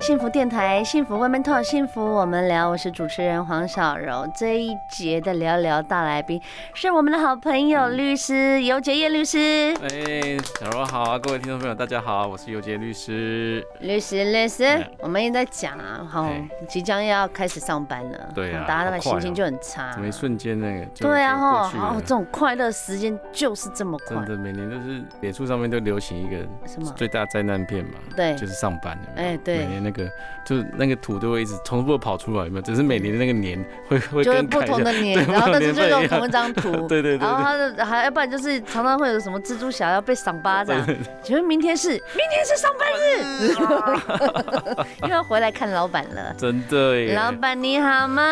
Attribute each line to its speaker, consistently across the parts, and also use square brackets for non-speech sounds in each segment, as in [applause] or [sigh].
Speaker 1: 幸福电台，幸福 Women Talk，幸福我们聊。我是主持人黄小柔。这一节的聊聊大来宾是我们的好朋友律师尤杰业律师。
Speaker 2: 哎，小柔好啊！各位听众朋友，大家好，我是尤杰律师。
Speaker 1: 律师，律师
Speaker 2: 哎，
Speaker 1: 我们也在讲啊，好
Speaker 2: 哎，
Speaker 1: 即将要开始上班了，
Speaker 2: 对啊
Speaker 1: 大家那个
Speaker 2: 好
Speaker 1: 心
Speaker 2: 快哦
Speaker 1: 情就很差
Speaker 2: 怎，么一瞬间那个就
Speaker 1: 啊对啊，
Speaker 2: 就过去
Speaker 1: 吼，哦，
Speaker 2: 了
Speaker 1: 这种快乐时间就是这么快
Speaker 2: 真，的每年都是脸书上面都流行一个
Speaker 1: 什么？
Speaker 2: 最大灾难片嘛，
Speaker 1: 对
Speaker 2: 就是上班有没有
Speaker 1: 哎对
Speaker 2: 每年那个就是那个图都会一直重复地跑出来，有没有？只是每年的那个年会会
Speaker 1: 就是
Speaker 2: 更
Speaker 1: 不
Speaker 2: 改一
Speaker 1: 同
Speaker 2: 下，
Speaker 1: 的年，
Speaker 2: [laughs] 对
Speaker 1: 然后
Speaker 2: 不同
Speaker 1: 但是
Speaker 2: 年
Speaker 1: 就
Speaker 2: 份
Speaker 1: 用
Speaker 2: 一样，
Speaker 1: 同一张图
Speaker 2: [laughs] 对对对
Speaker 1: 然后
Speaker 2: 对
Speaker 1: 他的还要不然就是常常会有什么蜘蛛侠要被赏巴掌，请问明天是明天是上班日， [laughs] 又要回来看老板
Speaker 2: [laughs]
Speaker 1: 了。
Speaker 2: [laughs] 真的耶！
Speaker 1: 老板你好吗？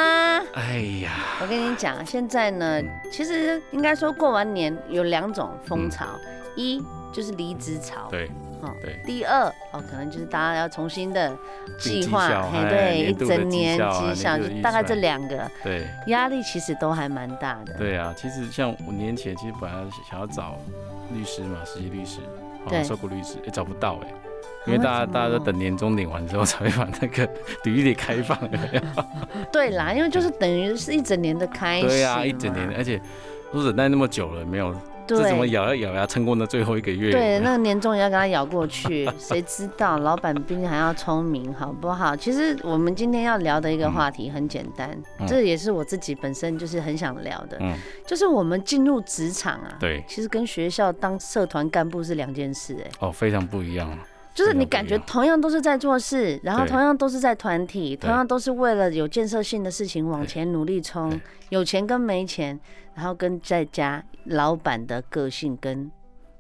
Speaker 2: 哎呀，
Speaker 1: 我跟你讲，现在呢，其实应该说过完年有两种风潮，一就是离职潮，
Speaker 2: 嗯对
Speaker 1: 哦
Speaker 2: 对，
Speaker 1: 第二哦，可能就是大家要重新的
Speaker 2: 定
Speaker 1: 计
Speaker 2: 绩
Speaker 1: 划
Speaker 2: 效，
Speaker 1: 嘿
Speaker 2: 哎
Speaker 1: 对，一
Speaker 2: 年度的
Speaker 1: 整
Speaker 2: 绩
Speaker 1: 年
Speaker 2: 效啊
Speaker 1: 绩效，
Speaker 2: 年度
Speaker 1: 就
Speaker 2: 的预
Speaker 1: 大概
Speaker 2: 算
Speaker 1: 这两个
Speaker 2: 对
Speaker 1: 压力其实都还蛮大的。
Speaker 2: 对啊，其实像五年前，其实本来想要找律师嘛，实习律师，好
Speaker 1: 对
Speaker 2: 像受雇律师，也、找不到哎、
Speaker 1: 啊
Speaker 2: 因为大
Speaker 1: 为什
Speaker 2: 家
Speaker 1: 么
Speaker 2: 大家都等年终领完之后才会把那个 [laughs] 履历开
Speaker 1: [laughs]
Speaker 2: 放，有没有
Speaker 1: 对啦，因为就是等于是一整年的开始，
Speaker 2: 对啊，一整年，，而且都忍耐那么久了，没有，这怎么
Speaker 1: 对。
Speaker 2: 咬要咬牙撑过那最后一个月？
Speaker 1: 对，那个年终也要给他咬过去，
Speaker 2: [laughs]
Speaker 1: 谁知道？老板比你还要聪明，好不好？其实我们今天要聊的一个话题很简单，
Speaker 2: 嗯
Speaker 1: 这也是我自己本身就是很想聊的，
Speaker 2: 嗯，
Speaker 1: 就是我们进入职场啊，
Speaker 2: 对，
Speaker 1: 其实跟学校当社团干部是两件事、哎，
Speaker 2: 哦，非常不一样，
Speaker 1: 就是你
Speaker 2: 非常
Speaker 1: 感
Speaker 2: 不一
Speaker 1: 觉
Speaker 2: 样
Speaker 1: 同样都是在做事，然后
Speaker 2: 对
Speaker 1: 同样都是在团体，
Speaker 2: 对
Speaker 1: 同样都是为了有建设性的事情往
Speaker 2: 对
Speaker 1: 前努力冲
Speaker 2: 对，
Speaker 1: 有钱跟没钱，然后跟在家老板的个性跟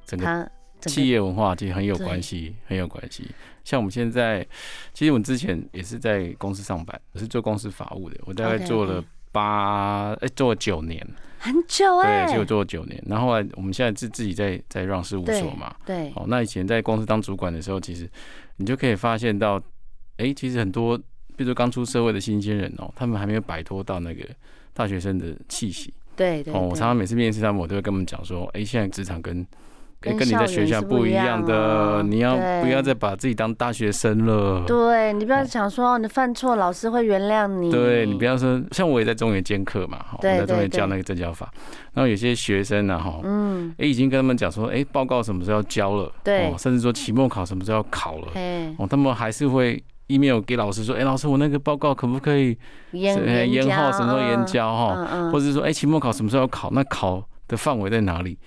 Speaker 2: 整个
Speaker 1: 他整
Speaker 2: 企
Speaker 1: 个
Speaker 2: 业文化其实很有
Speaker 1: 对
Speaker 2: 关系，很有关系。像我们现在，其实我们之前也是在公司上班，我是做公司法务的，我大概
Speaker 1: OK，OK
Speaker 2: 做了八，哎，做了九年，
Speaker 1: 很久
Speaker 2: 对，
Speaker 1: 哎、
Speaker 2: 其实我做了九年。然后后来我们现在自自己在在让事务所嘛，
Speaker 1: 对
Speaker 2: 好，那以前在公司当主管的时候，其实你就可以发现到，哎、其实很多，比如说刚出社会的新鲜人哦、他们还没有摆脱到那个大学生的气息
Speaker 1: 对对
Speaker 2: 哦、我
Speaker 1: 对
Speaker 2: 常常每次面试他们，我都会跟他们讲说，哎、现在职场跟
Speaker 1: 跟
Speaker 2: 跟跟你在
Speaker 1: 校园
Speaker 2: 学校
Speaker 1: 是不
Speaker 2: 不
Speaker 1: 一
Speaker 2: 一
Speaker 1: 样
Speaker 2: 样的，
Speaker 1: 哦
Speaker 2: 你要不
Speaker 1: 对
Speaker 2: 要再把自己当大学生了？
Speaker 1: 对你不要想说、哦、你犯错老师会原谅你，
Speaker 2: 对你不要说，像我也在中原兼课嘛，哦哈，我
Speaker 1: 对
Speaker 2: 在中
Speaker 1: 对
Speaker 2: 原教
Speaker 1: 对
Speaker 2: 那个政教法，然后有些学生呢、啊，哈，
Speaker 1: 嗯，
Speaker 2: 哎、已经跟他们讲说，哎、报告什么时候要交了，
Speaker 1: 对
Speaker 2: 哦甚至说期末考什么时候要考了，
Speaker 1: 嘿，
Speaker 2: 哦，他们还是会 email 给老师说，哎、老师，我那个报告可不可以
Speaker 1: 延
Speaker 2: 呃延
Speaker 1: 交
Speaker 2: 后，什么时候延交哈？
Speaker 1: 嗯嗯
Speaker 2: 或
Speaker 1: 嗯，
Speaker 2: 者是说，哎、期末考什么时候要考？那考的范围在哪里？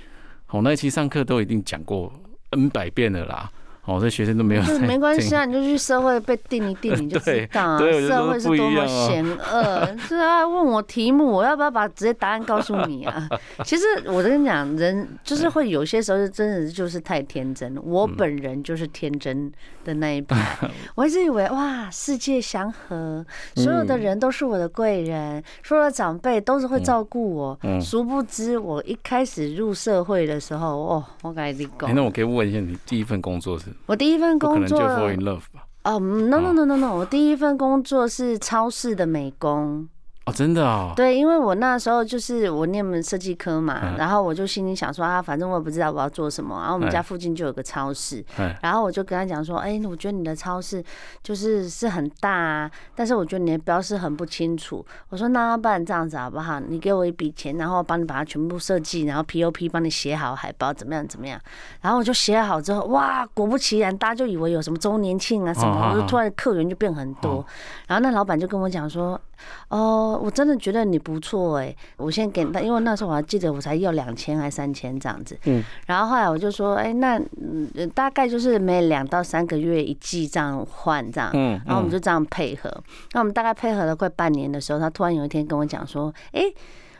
Speaker 2: 好、那其实上课都已经讲过 N 百遍了啦。哦，这学
Speaker 1: [laughs]
Speaker 2: 生都没有
Speaker 1: 就是
Speaker 2: 在
Speaker 1: 没关系
Speaker 2: 听。
Speaker 1: 啊，你就去社会被定一定，你就知
Speaker 2: [laughs] 对
Speaker 1: 道、啊、
Speaker 2: 对我就
Speaker 1: 社
Speaker 2: 说
Speaker 1: 会是
Speaker 2: 不一
Speaker 1: 多么
Speaker 2: 样啊
Speaker 1: 险恶。 [laughs] 是啊，问我题目，我要不要把直接答案告诉你啊？ [laughs] 其实我跟你讲，人就是会有些时候真的就是太天真。我
Speaker 2: 嗯
Speaker 1: 本人就是天真的那一派，
Speaker 2: [laughs]
Speaker 1: 我一直以为哇，世界祥和，
Speaker 2: 嗯
Speaker 1: 所有的人都是我的贵人，所有的长辈都是会照顾我。
Speaker 2: 嗯
Speaker 1: 殊不知，我一开始入社会的时候，哦，我跟你
Speaker 2: 哎、
Speaker 1: 讲，
Speaker 2: 那我可以问一下，你第一份工作是？
Speaker 1: 我第一份
Speaker 2: 不可
Speaker 1: 工
Speaker 2: 能就
Speaker 1: 作
Speaker 2: fall in love 吧？
Speaker 1: 哦、n o no no no no，我第一份工作是超市的美工。
Speaker 2: 哦，真的哦。
Speaker 1: 对，因为我那时候就是我念我们设计科嘛，
Speaker 2: 嗯
Speaker 1: 然后我就心里想说啊，反正我也不知道我要做什么，然后我们
Speaker 2: 哎
Speaker 1: 家附近就有个超市，
Speaker 2: 哎，
Speaker 1: 然后我就跟他讲说，哎、我觉得你的超市就是是很大啊，但是我觉得你的标示很不清楚。我说那要不然这样子啊好不好？你给我一笔钱，然后我帮你把它全部设计，然后 POP 帮你写好海报，怎么样怎么样？然后我就写好之后，哇，果不其然，大家就以为有什么周年庆啊什
Speaker 2: 哦哦
Speaker 1: 么，
Speaker 2: 哦
Speaker 1: 我就突然客源就变很多
Speaker 2: 哦。
Speaker 1: 然后那老板就跟我讲说，哦，我真的觉得你不错哎、我先给他，因为那时候我还记得我才要两千还三千这样子。
Speaker 2: 嗯。
Speaker 1: 然后后来我就说，哎、那嗯呃大概就是每两到三个月一季这样换这样。
Speaker 2: 嗯，
Speaker 1: 然后我们
Speaker 2: 就
Speaker 1: 就这样配合，那我们大概配合了快半年的时候，他突然有一天跟我讲说：“哎、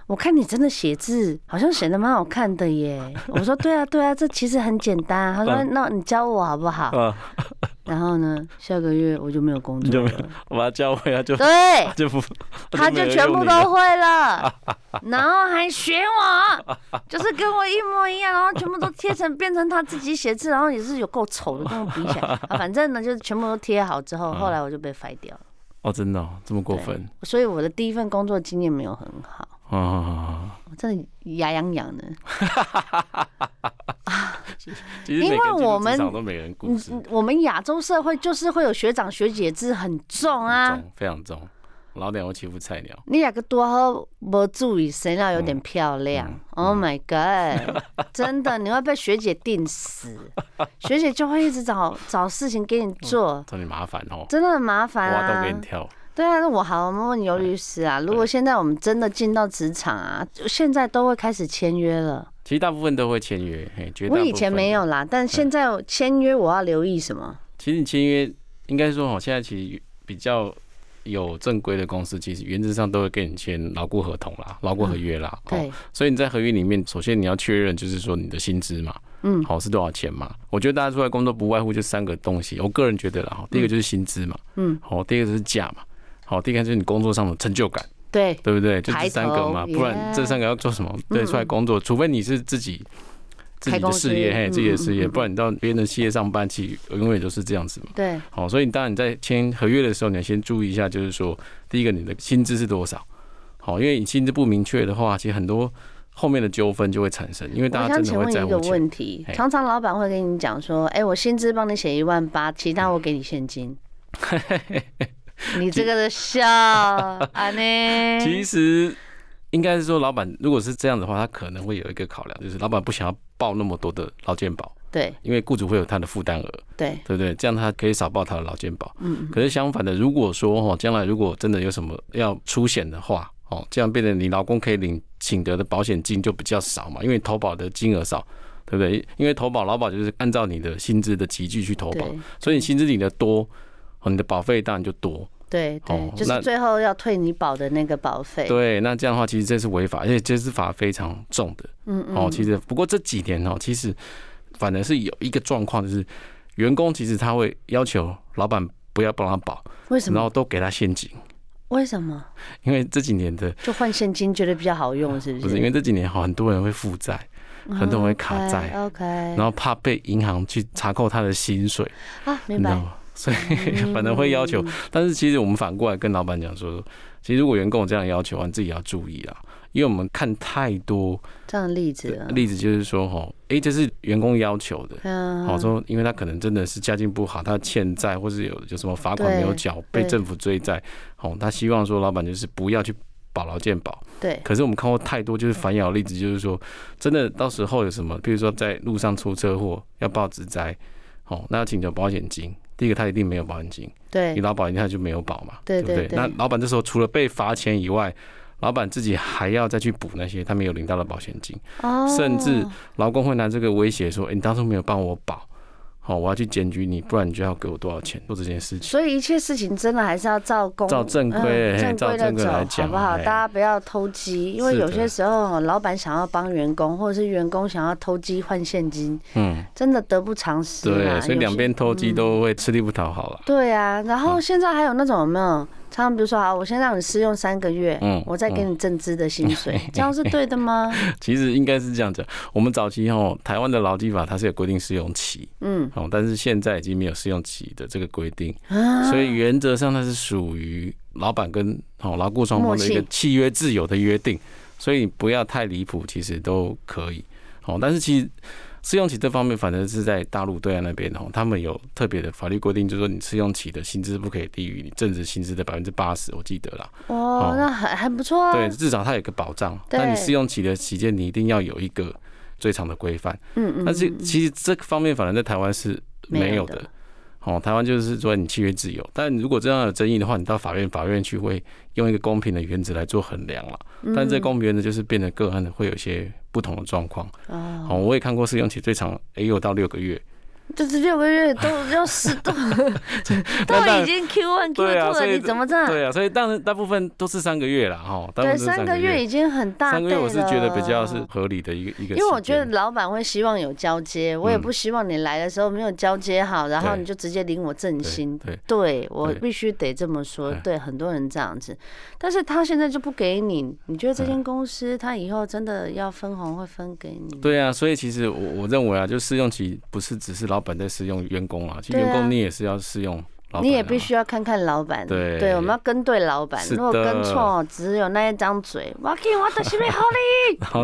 Speaker 1: 我看你真的写字好像写的蛮好看的耶。”我说：“对啊，对啊，这其实很简单啊。”他说：“
Speaker 2: 嗯
Speaker 1: 那你教我好不好？”
Speaker 2: 啊，
Speaker 1: [laughs] 然后呢，下个月我就没有工
Speaker 2: 你就
Speaker 1: 作
Speaker 2: 没
Speaker 1: 了。
Speaker 2: 我把他教会，他就
Speaker 1: 对
Speaker 2: 他，就不，
Speaker 1: 他
Speaker 2: 没
Speaker 1: 就
Speaker 2: 有
Speaker 1: 全部
Speaker 2: 用你了
Speaker 1: 都会了，然后还学我，就是跟我一模一样，然后全部都贴成变成他自己写字，然后也是有够丑的，跟我比起
Speaker 2: [laughs]
Speaker 1: 来，啊，反正呢就是全部都贴好之
Speaker 2: 嗯
Speaker 1: 后，后来我就被 fire 掉了。
Speaker 2: 哦，真的、哦、这么过分
Speaker 1: 所以我的第一份工作经验没有很好，
Speaker 2: 啊、哦！
Speaker 1: 我真的牙痒痒的。
Speaker 2: 其实每个人
Speaker 1: 因为我们
Speaker 2: 进入职场都每个人故
Speaker 1: 嗯
Speaker 2: 事
Speaker 1: 嗯，我们亚洲社会就是会有学长学姐制很重啊
Speaker 2: 很。重，非常重。老鸟会欺负菜鸟，
Speaker 1: 你两个多好，没注意，谁料有点漂亮、o
Speaker 2: 嗯
Speaker 1: h my god！真
Speaker 2: [laughs]
Speaker 1: 的，你会被学姐定死，学姐就会一直找找事情给你做，
Speaker 2: 找你麻烦哦，
Speaker 1: 真的很麻烦
Speaker 2: 挖洞
Speaker 1: 啊
Speaker 2: 嗯给。你跳。
Speaker 1: 对啊，那我好，我们问尤律师啊，如果现在我们真的进到职场啊，现在都会开始签约了。
Speaker 2: 其实大部分都会签约，嘿，绝大
Speaker 1: 我
Speaker 2: 部分
Speaker 1: 以前没有。啦，但现在签约我要留意什么？
Speaker 2: 其实你签约，应该说哦，现在其实比较有正规的公司，其实原则上都会跟你签劳雇合同啦、劳雇合约啦。哦
Speaker 1: 对，
Speaker 2: 所以你在合约里面，首先你要确认就是说你的薪资嘛，
Speaker 1: 嗯
Speaker 2: 好是多少钱嘛。我觉得大家出来工作不外乎就三个东西，我个人觉得啦，哦第一个就是薪资嘛，
Speaker 1: 嗯，
Speaker 2: 好，第二个就是价嘛，好，第一个就是你工作上的成就感，
Speaker 1: 对，
Speaker 2: 对不对？就这三个嘛，
Speaker 1: 抬头嗯
Speaker 2: 不然这三个要做什么？对，出来工作，除非你是自己。自己
Speaker 1: 开公
Speaker 2: 的
Speaker 1: 司
Speaker 2: 事业，嘿，
Speaker 1: 嗯
Speaker 2: 自己的事业，
Speaker 1: 嗯嗯
Speaker 2: 不然你到别人的事业上班，其实永远都是这样子嘛。
Speaker 1: 对，
Speaker 2: 好，所以当然你在签合约的时候，你要先注意一下，就是说，第一个你的薪资是多少，好，因为你薪资不明确的话，其实很多后面的纠纷就会产生，因为大
Speaker 1: 我
Speaker 2: 家
Speaker 1: 想
Speaker 2: 真的
Speaker 1: 请
Speaker 2: 会
Speaker 1: 问
Speaker 2: 在
Speaker 1: 一个
Speaker 2: 乎钱。
Speaker 1: 问题，
Speaker 2: 嘿
Speaker 1: 常常老板会跟你讲说：“哎、我薪资帮你写一万八，其他我给你现
Speaker 2: [laughs]
Speaker 1: 金。”你这个的笑啊呢？
Speaker 2: 其实应该是说，老板如果是这样的话，他可能会有一个考量，就是老板不想要报那么多的劳健保，
Speaker 1: 对
Speaker 2: 因为雇主会有他的负担额，
Speaker 1: 对，
Speaker 2: 对不对？这样他可以少报他的劳健保。
Speaker 1: 嗯，
Speaker 2: 可是相反的，如果说哦，将来如果真的有什么要出险的话，哦，这样变成你老公可以领请得的保险金就比较少嘛，因为投保的金额少，对不对？因为投保劳保就是按照你的薪资的集聚去投保，
Speaker 1: 对
Speaker 2: 所以你薪资领的多，哦，你的保费当然就多。
Speaker 1: 对对
Speaker 2: 哦，
Speaker 1: 就是
Speaker 2: 那
Speaker 1: 最后要退你保的那个保费。
Speaker 2: 对，那这样的话，其实这是违法，而且这是法非常重的。
Speaker 1: 嗯嗯，
Speaker 2: 哦，其实不过这几年哦，其实反而是有一个状况，就是员工其实他会要求老板不要帮他保，
Speaker 1: 为什
Speaker 2: 然后
Speaker 1: 么？
Speaker 2: 都给他现金，
Speaker 1: 为什么
Speaker 2: 因为这几年的
Speaker 1: 就换现金觉得比较好用？是不嗯是？哦
Speaker 2: 啊不是因为这几年好，很多人会负债，很多人会卡债，
Speaker 1: OK，
Speaker 2: 然后怕被银行去查扣他的薪水，
Speaker 1: 啊，
Speaker 2: 你
Speaker 1: 明
Speaker 2: 知道
Speaker 1: 白。
Speaker 2: 吗？所以 [laughs] 反而会要求
Speaker 1: 嗯，
Speaker 2: 但是其实我们反过来跟老板讲说，其实如果员工有这样的要求啊，你自己要注意啦，因为我们看太多
Speaker 1: 这样的例子啊，
Speaker 2: 例子，就是说吼，哎，这是员工要求的。
Speaker 1: 嗯，
Speaker 2: 好说，因为他可能真的是家境不好，他欠债或是有有什么罚款没有
Speaker 1: 对
Speaker 2: 缴，被
Speaker 1: 对
Speaker 2: 政府追债，哦，他希望说老板就是不要去保劳健保，
Speaker 1: 对
Speaker 2: 可是我们看过太多就是反咬的例子，就是说，真的到时候有什么，比如说在路上出车祸要报职灾，哦，那要请求保险金。第一个他一定没有保险金，你
Speaker 1: 对
Speaker 2: 劳保一定他就没有保嘛，
Speaker 1: 对
Speaker 2: 不
Speaker 1: 对对
Speaker 2: 那老板这时候除了被罚钱以外，老板自己还要再去补那些他没有领到的保险金，
Speaker 1: 哦，
Speaker 2: 甚至劳工会拿这个威胁说，诶你当初没有帮我保，好、我要去检举你，不然你就要给我多少钱做这件事情。
Speaker 1: 所以一切事情真的还是要照公
Speaker 2: 照正规
Speaker 1: 嗯
Speaker 2: 嘿
Speaker 1: 正
Speaker 2: 照
Speaker 1: 规的
Speaker 2: 正规来
Speaker 1: 走，好
Speaker 2: 讲
Speaker 1: 不好？
Speaker 2: 嘿
Speaker 1: 大家不要偷鸡，因为
Speaker 2: 是的
Speaker 1: 有些时候老板想要帮员工，或者是员工想要偷鸡换现金，
Speaker 2: 嗯，
Speaker 1: 真的得不偿失啦
Speaker 2: 对，所以
Speaker 1: 有嗯
Speaker 2: 两
Speaker 1: 些
Speaker 2: 边偷鸡都会吃力不讨好了。
Speaker 1: 对啊。然后
Speaker 2: 嗯
Speaker 1: 现在还有那种有没有？常常比如说，啊好，我先让你试用三个月，
Speaker 2: 嗯
Speaker 1: 我再给你正资的薪水，这样是对的吗？
Speaker 2: [laughs] 其实应该是这样讲，我们早期哦，台湾的劳基法它是有规定试用期，
Speaker 1: 嗯，
Speaker 2: 哦，但是现在已经没有试用期的这个规定，
Speaker 1: 啊，
Speaker 2: 所以原则上它是属于老板跟哦劳雇双方的一
Speaker 1: 默
Speaker 2: 个
Speaker 1: 契
Speaker 2: 契约自由的约定，所以不要太离谱，其实都可以。哦，但是其实试用期这方面，反正是在大陆对岸那边哦，他们有特别的法律规定，就是说你试用期的薪资不可以低于你正职薪资的百分之八十，我记得啦。
Speaker 1: 哦，那很很不错啊。
Speaker 2: 对，至少它有一个保障。
Speaker 1: 对
Speaker 2: 那你试用期的期间，你一定要有一个最长的规范。
Speaker 1: 嗯嗯，
Speaker 2: 但是其实这个方面，反而在台湾是没有
Speaker 1: 没有
Speaker 2: 的
Speaker 1: 的。
Speaker 2: 哦，台湾就是说你契约自由，但如果这样有争议的话，你到法院，法院去会用一个公平的原则来做衡量了。
Speaker 1: 嗯
Speaker 2: 但这公平原则就是变得个案会有一些不同的状况。
Speaker 1: 哦
Speaker 2: 哦，我也看过试用期最长也有到六个月，
Speaker 1: 就是六个月都要是
Speaker 2: [laughs]
Speaker 1: 都
Speaker 2: 当
Speaker 1: 都
Speaker 2: 然
Speaker 1: 已经 Q one Q
Speaker 2: 对啊
Speaker 1: two 了，
Speaker 2: 所以
Speaker 1: 你怎么这样？
Speaker 2: 对啊，所以当然大部分都是三个月啦，哈，大部
Speaker 1: 对，
Speaker 2: 分都是
Speaker 1: 三个
Speaker 2: 月
Speaker 1: 月已经很大
Speaker 2: 三
Speaker 1: 对
Speaker 2: 个
Speaker 1: 了。
Speaker 2: 月我是觉得比较是合理的一个一个时间，
Speaker 1: 因为我觉得老板会希望有交接，我也
Speaker 2: 嗯
Speaker 1: 不希望你来的时候没有交接好，然后
Speaker 2: 对
Speaker 1: 你就直接领我正薪。
Speaker 2: 对
Speaker 1: 对我
Speaker 2: 对
Speaker 1: 必须得这么说
Speaker 2: 哎，
Speaker 1: 对很多人这样子，但是他现在就不给你，你觉得这
Speaker 2: 哎
Speaker 1: 间公司他以后真的要分红会分给你？
Speaker 2: 对啊，所以其实我我认为啊，就试用期不是只是老板在试用员工啊，其实
Speaker 1: 对啊
Speaker 2: 员工你也是要试用老板、啊，
Speaker 1: 你也必须要看看老板，
Speaker 2: 对
Speaker 1: 我们要跟对老板。
Speaker 2: 是的
Speaker 1: 如果跟错，只有那一张嘴，我给我的是被好
Speaker 2: 后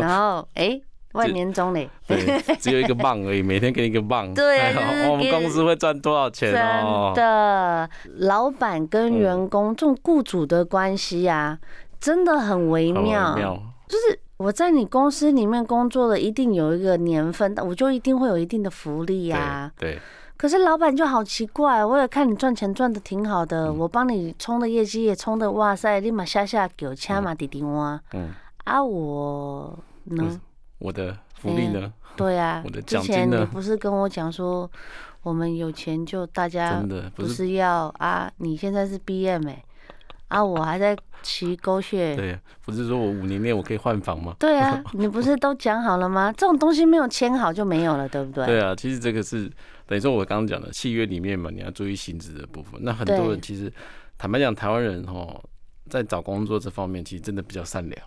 Speaker 1: 利。
Speaker 2: [laughs]
Speaker 1: 然后，哎，万年中嘞，
Speaker 2: 对，只有一个棒而已，每天给你一个棒。
Speaker 1: 对啊
Speaker 2: 哎
Speaker 1: 就是
Speaker 2: 呦我们
Speaker 1: 给
Speaker 2: 公司会赚多少钱
Speaker 1: 真
Speaker 2: 哦？
Speaker 1: 的，老板跟
Speaker 2: 嗯
Speaker 1: 员工、这种雇主的关系呀、真的很微
Speaker 2: 好
Speaker 1: 妙。
Speaker 2: 妙，
Speaker 1: 我在你公司里面工作的，一定有一个年份，我就一定会有一定的福利呀、
Speaker 2: 对，对，
Speaker 1: 可是老板就好奇怪，我也看你赚钱赚的挺好的，
Speaker 2: 嗯
Speaker 1: 我帮你冲的业绩也冲的，哇塞，立马下下九千嘛，弟弟哇，
Speaker 2: 嗯，
Speaker 1: 啊我
Speaker 2: [laughs]
Speaker 1: 呢？
Speaker 2: 我
Speaker 1: 哎
Speaker 2: 的福利呢？
Speaker 1: 对啊
Speaker 2: 我的，
Speaker 1: 之
Speaker 2: 奖金
Speaker 1: 前
Speaker 2: 呢
Speaker 1: 你不是跟我讲说，我们有钱就大家
Speaker 2: 真的
Speaker 1: 不
Speaker 2: 不是
Speaker 1: 是要啊，你现在是 BM 哎、啊我还在骑狗血。
Speaker 2: 对，啊不是说我五年内我可以换房吗？
Speaker 1: 对啊，你不是都讲好了吗？这种东西没有签好就没有了，对不对？
Speaker 2: 对啊，其实这个是等于说我刚刚讲的契约里面嘛，你要注意薪资的部分。那很多
Speaker 1: 对
Speaker 2: 人其实坦白讲，台湾人哦，在找工作这方面其实真的比较善良。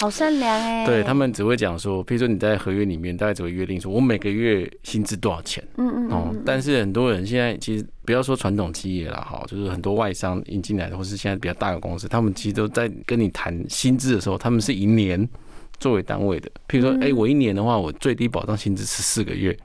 Speaker 1: 好善良哎、
Speaker 2: 对他，们只会讲说，譬如说你在合约里面大概只会约定说，我每个月薪资多少钱
Speaker 1: 嗯嗯
Speaker 2: 哦。
Speaker 1: 嗯，
Speaker 2: 但是很多人现在其实不要说传统企业了哈，就是很多外商引进来的，或是现在比较大的公司，他们其实都在跟你谈薪资的时候，他们是以年作为单位的。
Speaker 1: 嗯
Speaker 2: 譬如说，哎、我一年的话，我最低保障薪资是四个月。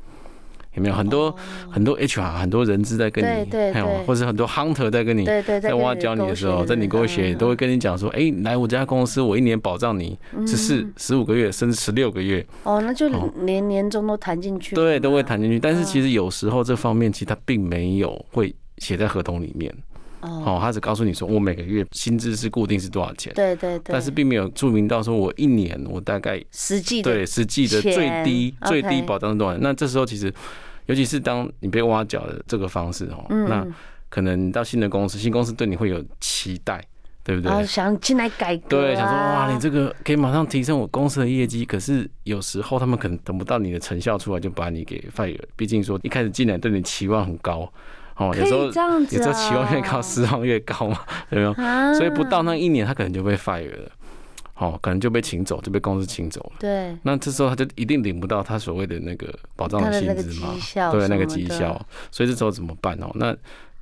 Speaker 2: 有没有很多、很多 HR 很多人资在跟
Speaker 1: 对
Speaker 2: 你，
Speaker 1: 哦对
Speaker 2: 还有
Speaker 1: 对
Speaker 2: 或是很多 hunter 在跟你
Speaker 1: 对对，
Speaker 2: 在
Speaker 1: 跟
Speaker 2: 挖角你的时候，在你勾
Speaker 1: 人
Speaker 2: 血都会跟你讲说，哎、来我这家公司，我一年保障你
Speaker 1: 嗯
Speaker 2: 只是十五个月甚至十六个月，
Speaker 1: 哦，那就
Speaker 2: 哦
Speaker 1: 连年终都谈进去了嘛，
Speaker 2: 对，都会谈进去。但
Speaker 1: 嗯
Speaker 2: 是其实有时候这方面其实它并没有会写在合同里面，
Speaker 1: 哦，
Speaker 2: 哦，他只告诉你说我每个月薪资是固定是多少钱，
Speaker 1: 对对对，
Speaker 2: 但是并没有注明到说我一年我大概
Speaker 1: 实际的
Speaker 2: 对实际的最低
Speaker 1: 钱
Speaker 2: 最
Speaker 1: OK
Speaker 2: 低保障是多少钱。那这时候其实，尤其是当你被挖角的这个方式哦，
Speaker 1: 嗯，
Speaker 2: 那可能到新的公司，新公司对你会有期待，对不对
Speaker 1: 然？后哦想进来改革、啊，
Speaker 2: 对，想说哇，你这个可以马上提升我公司的业绩，可是有时候他们可能等不到你的成效出来，就把你给 fire。毕竟说一开始进来对你期望很高，哦，有
Speaker 1: 可
Speaker 2: 时候
Speaker 1: 以这样
Speaker 2: 有
Speaker 1: 子、
Speaker 2: 时
Speaker 1: 哦，
Speaker 2: 候期望越高，失望越高嘛，有没有？
Speaker 1: 啊，
Speaker 2: 所以不到那一年，他可能就被 fire 了，哦，可能就被请走，就被公司请走了。
Speaker 1: 对
Speaker 2: 那这时候他就一定领不到他所谓的那个保障
Speaker 1: 他的
Speaker 2: 薪
Speaker 1: 那个
Speaker 2: 资嘛
Speaker 1: 绩，效什么
Speaker 2: 对
Speaker 1: 的，
Speaker 2: 那个绩效，所以这时候怎么办哦？那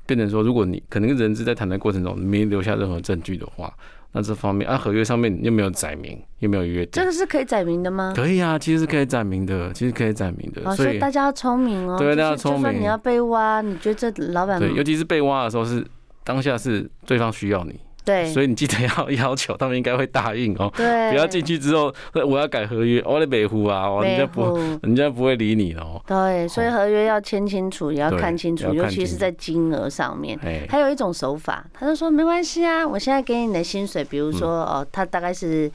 Speaker 2: 变成说，如果你可能人质在谈的过程中没留下任何证据的话，那这方面啊，合约上面又没有载明，又没有约定
Speaker 1: 这，个是可以载明的吗？
Speaker 2: 可以啊，其实是可以载明的，其实可以载明的，
Speaker 1: 哦，
Speaker 2: 所
Speaker 1: 所
Speaker 2: 以
Speaker 1: 以大家要聪明哦。
Speaker 2: 对
Speaker 1: 就是
Speaker 2: 大家
Speaker 1: 就
Speaker 2: 聪
Speaker 1: 算
Speaker 2: 明
Speaker 1: 你要被挖，你觉得这老板
Speaker 2: 对，尤其是被挖的时候是当下是对方需要你，
Speaker 1: 对
Speaker 2: 所以你记得要 [laughs] 要求他们应该会答应哦，
Speaker 1: 对，
Speaker 2: 不要进去之后呃我要改合约，我的北湖啊，哦人
Speaker 1: 被
Speaker 2: 家不
Speaker 1: 唬
Speaker 2: 人家不会理你的哦，
Speaker 1: 对，所以合约要签清楚，也要
Speaker 2: 对
Speaker 1: 看清楚，
Speaker 2: 要看
Speaker 1: 尤其
Speaker 2: 清
Speaker 1: 是
Speaker 2: 楚
Speaker 1: 在金额上面。
Speaker 2: 哎，
Speaker 1: 还有一种手法，他就说没关系啊，我现在给你的薪水，比如说、
Speaker 2: 嗯
Speaker 1: 哦，他大概是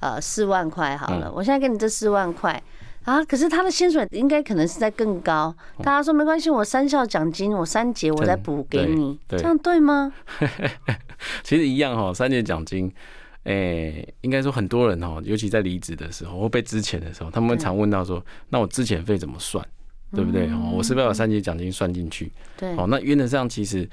Speaker 1: 呃四万块好了，我现在给你这四万块啊，可是他的薪水应该可能是在更高。大家说没关系，我三校奖金我三节我再补给你，
Speaker 2: 哦对对
Speaker 1: 这样对吗？
Speaker 2: 其实一样哈，三年奖金，诶、应该说很多人哈，尤其在离职的时候或被之前的时候，他们会
Speaker 1: 对
Speaker 2: 常问到说，那我之前费怎么算，对不对？哦，我是不是要把三节奖金算进去？
Speaker 1: 嗯对，
Speaker 2: 哦，那原则上其实。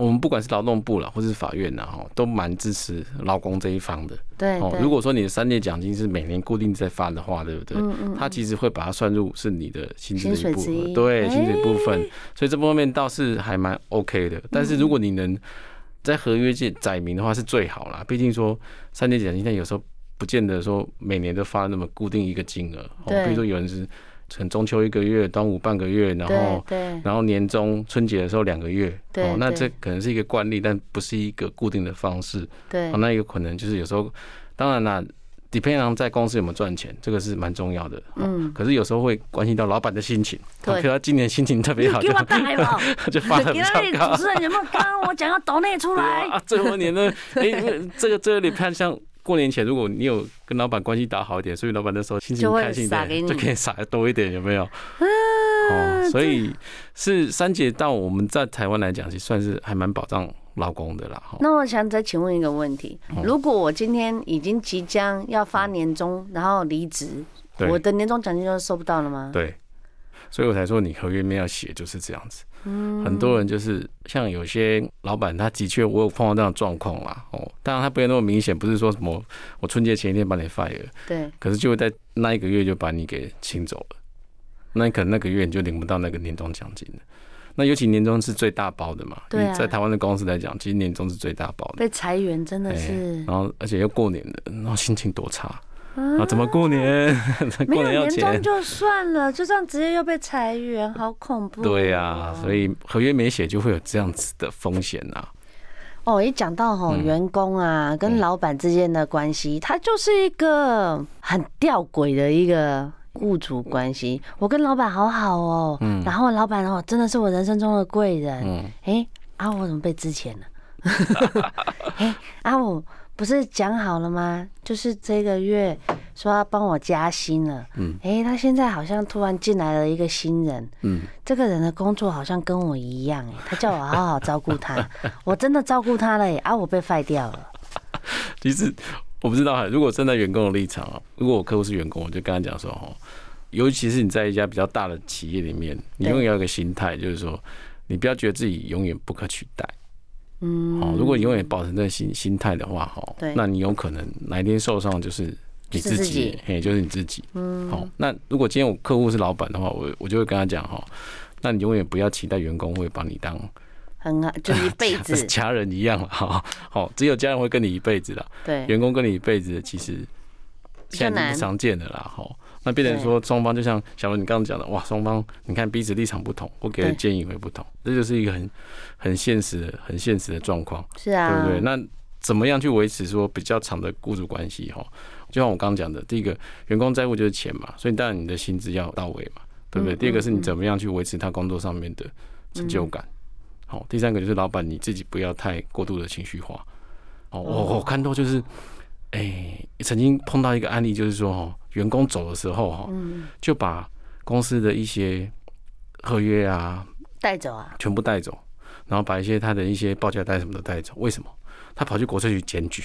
Speaker 2: 我们不管是劳动部啦，或是法院啦，哈，都蛮支持劳工这一方的
Speaker 1: 对
Speaker 2: 哦。
Speaker 1: 对。
Speaker 2: 如果说你的三届奖金是每年固定在发的话，对不对？
Speaker 1: 嗯嗯，
Speaker 2: 他其实会把它算入是你的薪资的一部
Speaker 1: 薪水之
Speaker 2: 分，
Speaker 1: 一哎
Speaker 2: 对
Speaker 1: 嗯
Speaker 2: 薪水部分，所以这方面倒是还蛮 OK 的。但是如果你能在合约界载明的话，是最好啦。毕竟说三年奖金，但有时候不见得说每年都发那么固定一个金额，
Speaker 1: 对
Speaker 2: 哦，比如说有人是可能中秋一个月，端午半个月，然
Speaker 1: 对
Speaker 2: 后
Speaker 1: 对
Speaker 2: 然后年终春节的时候两个月，
Speaker 1: 对
Speaker 2: 哦，那
Speaker 1: 对
Speaker 2: 这可能是一个惯例，但不是一个固定的方式。
Speaker 1: 对
Speaker 2: 哦，，那有可能就是有时候，当然啦，depend on 在公司有没有赚钱，这个是蛮重要的。哦
Speaker 1: 嗯
Speaker 2: 可是有时候会关系到老板的心情，
Speaker 1: 对
Speaker 2: 哦比如他今年心情特别好，
Speaker 1: [laughs] 给
Speaker 2: 就
Speaker 1: 我带了，
Speaker 2: 就发的
Speaker 1: 给
Speaker 2: 比
Speaker 1: 那里
Speaker 2: 较高
Speaker 1: 主。持人有没有刚刚我讲要抖内出
Speaker 2: 对
Speaker 1: 来？
Speaker 2: 啊，最后一年呢，哎，这个这个你看，像过年前，如果你有跟老板关系打好一点，所以老板那时候心情
Speaker 1: 就会
Speaker 2: 开心一
Speaker 1: 撒给
Speaker 2: 点，
Speaker 1: 你啊
Speaker 2: 就可以撒得多一点，有没有？哦，
Speaker 1: 这
Speaker 2: 所以是三节到我们在台湾来讲，其实算是还蛮保障劳工的啦。哈，
Speaker 1: 那我想再请问一个问题：如果我今天已经即将要发年终，然后离职，
Speaker 2: 对
Speaker 1: 我的年终奖金就收不到了吗？
Speaker 2: 对，所以我才说你合约面要写就是这样子。嗯，很多人就是像有些老板，他的确我有碰到这样的状况啦。哦，当然他不会那么明显，不是说什么我春节前一天把你 fire，
Speaker 1: 对，
Speaker 2: 可是就会在那一个月就把你给请走了，那你可能那个月你就领不到那个年终奖金了。那尤其年终是最大包的嘛，
Speaker 1: 对啊
Speaker 2: 你在台湾的公司来讲，其实年终是最大包的。
Speaker 1: 被裁员真的
Speaker 2: 哎
Speaker 1: 是、
Speaker 2: 然后而且又过年了，然后心情多差啊！怎么过年？ [laughs]
Speaker 1: 没
Speaker 2: 过
Speaker 1: 有
Speaker 2: 年要
Speaker 1: 年终
Speaker 2: 钱？
Speaker 1: 就算了，就这样直接又被裁员，好恐怖、
Speaker 2: 对呀、所以合约没写就会有这样子的风险啊呐、
Speaker 1: 哦，一讲到吼、员工啊跟老板之间的关系，它就是一个很吊诡的一个雇主关系。我跟老板好好哦，然后老板哦真的是我人生中的贵人，哎、
Speaker 2: 嗯
Speaker 1: 啊我怎么被之前了？哎、啊我不是讲好了吗？就是这个月说要帮我加薪了，嗯，哎、他现在好像突然进来了一个新人，
Speaker 2: 嗯，
Speaker 1: 这个人的工作好像跟我一样、哎，他叫我好好照顾
Speaker 2: [laughs]
Speaker 1: 他，我真的照顾他了、哎啊，我被废掉了，
Speaker 2: 其实我不知道啊，如果站在员工的立场啊，如果我客户是员工，我就跟他讲说哦，尤其是你在一家比较大的企业里面，你
Speaker 1: 对
Speaker 2: 永远要有一个心态，就是说你不要觉得自己永远不可取代。嗯，哦，如果你永远保持这个心心态的话，哈
Speaker 1: 对，
Speaker 2: 那你有可能哪一天受伤就是你
Speaker 1: 就是
Speaker 2: 自
Speaker 1: 自
Speaker 2: 己
Speaker 1: 己，
Speaker 2: 嘿，就是你自己。嗯，好，那如果今天我客户是老板的话，我我就会跟他讲哈，那你永远不要期待员工会把你当
Speaker 1: 很好， [laughs] 就是一辈
Speaker 2: [laughs]
Speaker 1: 子，
Speaker 2: 家人一样了，哈，好，只有家人会跟你一辈子了。
Speaker 1: 对，
Speaker 2: 员工跟你一辈子，其实
Speaker 1: 比较
Speaker 2: 现在
Speaker 1: 难
Speaker 2: 已经不常见的啦。哈，那变成说双方就像小文你刚刚讲的，哇，双方你看彼此立场不同，我给的
Speaker 1: 对
Speaker 2: 建议会不同，这就是一个很很现实的、很现实的状况，
Speaker 1: 是
Speaker 2: 对
Speaker 1: 啊，
Speaker 2: 不对？那怎么样去维持说比较长的雇主关系？哈，就像我刚刚讲的，第一个员工在乎就是钱嘛，所以当然你的薪资要到位嘛，对不对？
Speaker 1: 嗯嗯
Speaker 2: 第二个是你怎么样去维持他工作上面的成就感。好，第三个就是老板你自己不要太过度的情绪化。
Speaker 1: 嗯
Speaker 2: 哦，我我看到就是，哎、曾经碰到一个案例，就是说哦，员工走的时候哈，
Speaker 1: 嗯
Speaker 2: 就把公司的一些合约啊
Speaker 1: 带走啊，
Speaker 2: 全部带走，然后把一些他的一些报价单什么都带走。为什么？他跑去国税局检举，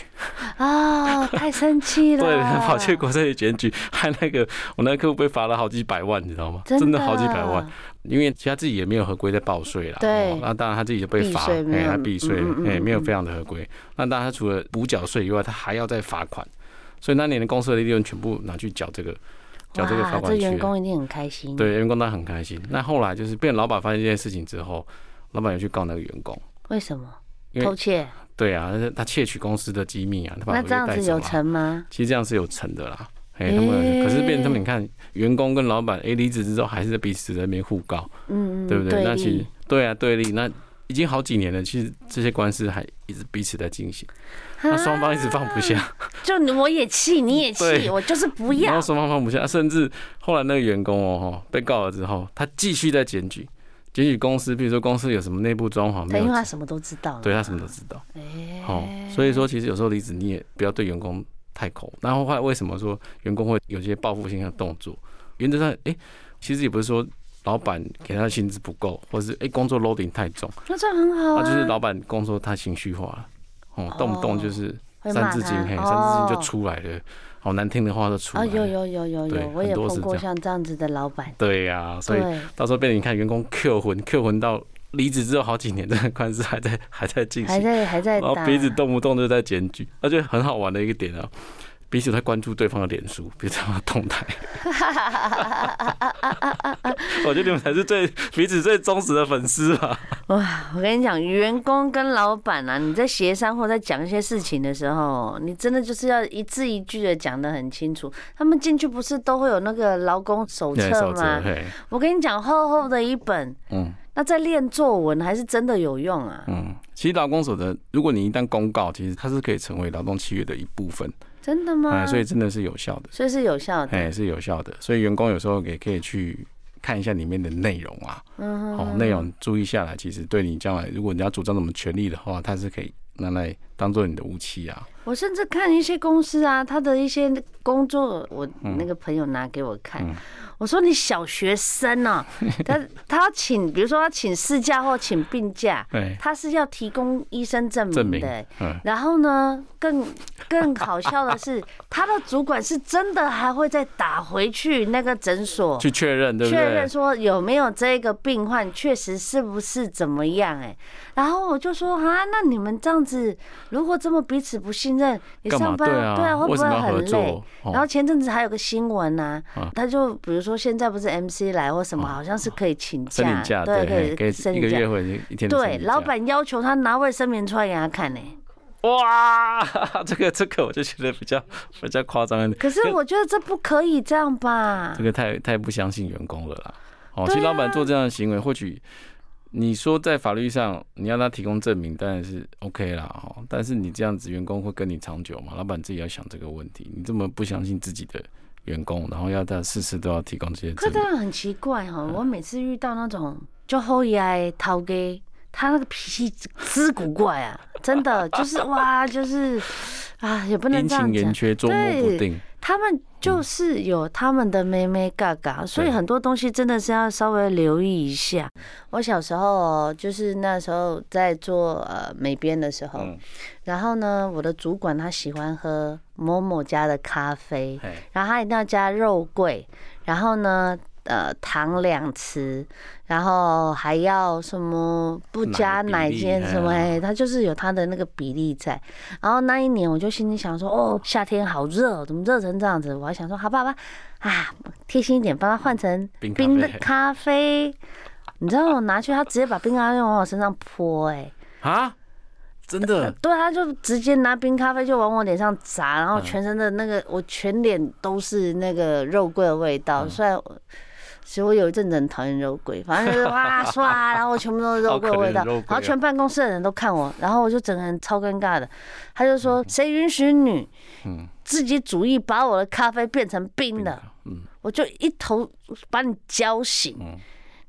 Speaker 1: 啊、太生气了，
Speaker 2: [laughs] 对，他跑去国税局检举， [laughs] 还那个我那个客户被罚了好几百万，你知道吗？
Speaker 1: 真啊
Speaker 2: 的好几百万，，因为他自己也没有合规在报税啦。
Speaker 1: 对
Speaker 2: 哦那、当然他自己就被罚，
Speaker 1: 避税没有
Speaker 2: 哎，他避税，哎、
Speaker 1: 嗯嗯嗯嗯
Speaker 2: 没有非常的合规。那当然他除了补缴税以外，他还要再罚款，所以那年的公司的利润全部拿去缴这个，缴这个
Speaker 1: 哇，这
Speaker 2: 罚款去
Speaker 1: 员
Speaker 2: 了。
Speaker 1: 工一定很开心，
Speaker 2: 对，员工当然很开心。那后来就是被老板发现这件事情之后，老板又去告那个员工。
Speaker 1: 为什么？
Speaker 2: 因为
Speaker 1: 偷窃，
Speaker 2: 对啊，他窃取公司的机密啊，他把
Speaker 1: 那
Speaker 2: 合
Speaker 1: 这样
Speaker 2: 约带
Speaker 1: 子
Speaker 2: 走
Speaker 1: 有
Speaker 2: 了。
Speaker 1: 成吗？
Speaker 2: 其实这样是有成的啦。哎、他们可是变成他们，你看，员工跟老板，哎、离职之后还是彼此在那边互告，
Speaker 1: 嗯，嗯
Speaker 2: 对不对？那其
Speaker 1: 立
Speaker 2: 实对啊，对立，那已经好几年了，其实这些官司还一直彼此在进行，
Speaker 1: 啊
Speaker 2: 那双方一直放不下，
Speaker 1: 就你我也气，你也气，
Speaker 2: 对
Speaker 1: 我就是不
Speaker 2: 然
Speaker 1: 要
Speaker 2: 后。双方放不下，啊甚至后来那个员工哦，吼被告了之后，他继续在检举，检举公司，比如说公司有什么内部装潢
Speaker 1: 他
Speaker 2: 没
Speaker 1: 因
Speaker 2: 有
Speaker 1: 为，他什么都知道了，
Speaker 2: 对他什么都知道。
Speaker 1: 哎，
Speaker 2: 哦，所以说其实有时候离职你也不要对员工太抠。然后后来为什么说员工会有些报复性的动作？原则上，哎、其实也不是说老板给他的薪资不够，或是哎、诶工作 loading 太重，
Speaker 1: 那这样很好
Speaker 2: 那、
Speaker 1: 啊，
Speaker 2: 就是老板工作太情绪化了，哦，动不动就是
Speaker 1: 会
Speaker 2: 三
Speaker 1: 骂
Speaker 2: 字经，
Speaker 1: 他
Speaker 2: 嘿，三字经
Speaker 1: 哦
Speaker 2: 就出来了，好难听的话就出
Speaker 1: 啊，
Speaker 2: 来
Speaker 1: 有
Speaker 2: 了。
Speaker 1: 有有有
Speaker 2: 对
Speaker 1: 有，我
Speaker 2: 很
Speaker 1: 也
Speaker 2: 多
Speaker 1: 碰
Speaker 2: 是
Speaker 1: 过
Speaker 2: 这样
Speaker 1: 像这样子的老板，
Speaker 2: 对呀、所以
Speaker 1: 对，
Speaker 2: 到时候被你看员工 Q 魂，Q 魂到离职之后好几年，这个官司还在还在进行
Speaker 1: 还。在还在
Speaker 2: 然后
Speaker 1: 打，
Speaker 2: 彼此动不动就在检举，而且很好玩的一个点啊，彼此在关注对方的脸书，彼此的动态。 [laughs] 我觉得你们才是最彼此最忠实的粉丝吧。
Speaker 1: 哇，我跟你讲，员工跟老板啊，你在协商或在讲一些事情的时候，你真的就是要一字一句的讲得很清楚。他们进去不是都会有那个劳工手
Speaker 2: 对
Speaker 1: 册
Speaker 2: 手册
Speaker 1: 吗？
Speaker 2: 嘿，
Speaker 1: 我跟你讲，厚厚的一本，
Speaker 2: 嗯
Speaker 1: 那在练作文还是真的有用啊，
Speaker 2: 嗯，其实劳工守则，如果你一旦公告，其实它是可以成为劳动契约的一部分，
Speaker 1: 真的
Speaker 2: 哎、
Speaker 1: 吗？
Speaker 2: 所以真的是有效的，
Speaker 1: 所以是有效的，
Speaker 2: 哎、是有效的。所以员工有时候也可以去看一下里面的内容啊，
Speaker 1: 嗯
Speaker 2: 哦，内容注意下来，其实对你将来如果你要主张什么权利的话，它是可以拿来当做你的武器啊。
Speaker 1: 我甚至看一些公司啊，他的一些工作，我那个朋友拿给我看，
Speaker 2: 嗯
Speaker 1: 我说你小学生
Speaker 2: [laughs]
Speaker 1: 呢、他他要请，比如说要请事假或请病假，
Speaker 2: 对，
Speaker 1: 他是要提供医生证
Speaker 2: 哎证
Speaker 1: 明
Speaker 2: 明
Speaker 1: 的、，
Speaker 2: 嗯，
Speaker 1: 然后呢，更更好笑的是，他的主管是真的还会再打回去那个诊所，
Speaker 2: 去确认，对不
Speaker 1: 确
Speaker 2: 对
Speaker 1: 认？说有没有这个病患确实是不是怎么样哎、然后我就说啊，那你们这样子如果这么彼此不信任，你
Speaker 2: 干嘛？
Speaker 1: 上班对啊，会不
Speaker 2: 为什
Speaker 1: 会
Speaker 2: 么要合
Speaker 1: 很累？
Speaker 2: 作？哦
Speaker 1: 然后前阵子还有个新闻呐、
Speaker 2: 啊
Speaker 1: 他就比如说现在不是 MC 来或什么，
Speaker 2: 哦
Speaker 1: 好像是可以请
Speaker 2: 申
Speaker 1: 假
Speaker 2: 请，假，
Speaker 1: 对，
Speaker 2: 对，
Speaker 1: 可
Speaker 2: 给
Speaker 1: 以申
Speaker 2: 一个
Speaker 1: 请
Speaker 2: 月
Speaker 1: 假。
Speaker 2: 或者一天的申
Speaker 1: 对，
Speaker 2: 请
Speaker 1: 老
Speaker 2: 假
Speaker 1: 板要求他拿卫生棉出来给他看呢、欸
Speaker 2: 哇， [laughs] 这个这个我就觉得比较比较夸张一点，
Speaker 1: 可是我觉得这不可以这样吧
Speaker 2: 这？个太太不相信员工了啦。哦，
Speaker 1: 对啊
Speaker 2: 其实老板做这样的行为，或许你说在法律上你要他提供证明，当然是 OK 啦。哦，但是你这样子，员工会跟你长久吗？老板自己要想这个问题。你这么不相信自己的员工，然后要他事事都要提供这些
Speaker 1: 可
Speaker 2: 证
Speaker 1: 这
Speaker 2: 明，
Speaker 1: 样很奇怪哈、我每次遇到那种就后爷逃给他那个脾气之古怪啊，真的就是哇，就是啊，也不能
Speaker 2: 阴
Speaker 1: 这
Speaker 2: 晴
Speaker 1: 样
Speaker 2: 圆
Speaker 1: 讲。
Speaker 2: 缺，捉摸不
Speaker 1: 对
Speaker 2: 定。
Speaker 1: 他们就是有他们的妹妹嘎嘎，所以很多东西真的是要稍微留意一下。我小时候哦，就是那时候在做呃美编的时候，
Speaker 2: 嗯，
Speaker 1: 然后呢，我的主管他喜欢喝某某家的咖啡，
Speaker 2: 哎，
Speaker 1: 然后他一定要加肉桂，然后呢，呃，糖两匙，然后还要什么不加奶
Speaker 2: 奶比例
Speaker 1: 精什么，
Speaker 2: 哎
Speaker 1: 哎，他就是有他的那个比例在。然后那一年我就心里想说，哦，夏天好热，怎么热成这样子？我还想说，好吧，好吧，啊，贴心一点，帮他换成
Speaker 2: 冰
Speaker 1: 冰的
Speaker 2: 咖啡
Speaker 1: 咖啡。你知道我拿去，他直接把冰咖啡往我身上泼、哎。
Speaker 2: 啊，真的，
Speaker 1: 对，他就直接拿冰咖啡就往我脸上砸，然后
Speaker 2: 嗯
Speaker 1: 全身的那个，我全脸都是那个肉桂的味
Speaker 2: 嗯
Speaker 1: 道。虽然我，其实我有一阵子很讨厌肉桂，反正就是
Speaker 2: [laughs]
Speaker 1: 哇唰，然后我全部都是肉桂的味道，
Speaker 2: 好可怜的肉桂啊
Speaker 1: 然后全办公室的人都看我，然后我就整个人超尴尬的。他就说：“谁允许你
Speaker 2: 嗯
Speaker 1: 自己主意把我的咖啡变成冰的？”
Speaker 2: 嗯，
Speaker 1: 我就一头把你浇醒。
Speaker 2: 嗯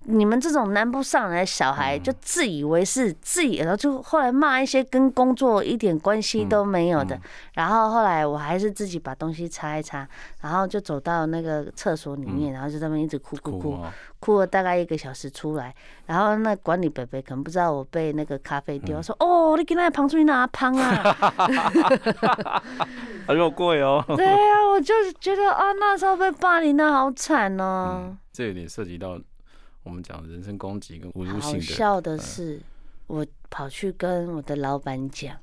Speaker 1: 你们这种南部上来的小孩，就自以为是，自以然后就后来骂一些跟工作一点关系都没有的。然后后来我还是自己把东西擦一擦，然后就走到那个厕所里面，然后就在那边一直哭哭
Speaker 2: 哭
Speaker 1: 哭，
Speaker 2: 啊，
Speaker 1: 哭了大概一个小时出来。然后那管理伯伯可能不知道我被那个咖啡丢，说哦，你给那旁出去哪旁啊？
Speaker 2: 肉桂哦。
Speaker 1: 对啊，我就是觉得啊，那时候被霸凌的好惨哦。
Speaker 2: 这有点涉及到我们讲人身攻击跟侮辱
Speaker 1: 好
Speaker 2: 性的，嗯
Speaker 1: 笑的是，我跑去跟我的老板讲，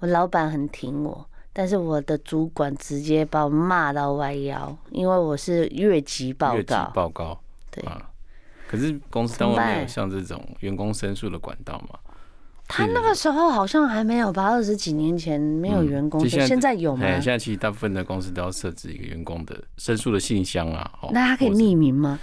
Speaker 1: 我老板很挺我，但是我的主管直接把我骂到歪腰，因为我是越级报
Speaker 2: 越级
Speaker 1: 告。
Speaker 2: 报告
Speaker 1: 对，
Speaker 2: 啊。可是公司单位没有像这种员工申诉的管道嘛？
Speaker 1: 他那个时候好像还没有吧，二十几年前没有
Speaker 2: 嗯
Speaker 1: 员工
Speaker 2: 就
Speaker 1: 证，
Speaker 2: 现在
Speaker 1: 现在有吗？
Speaker 2: 哎，现在其实大部分的公司都要设置一个员工的申诉的信箱啊。哦
Speaker 1: 那他可以
Speaker 2: 或者
Speaker 1: 匿名
Speaker 2: [laughs]
Speaker 1: 吗？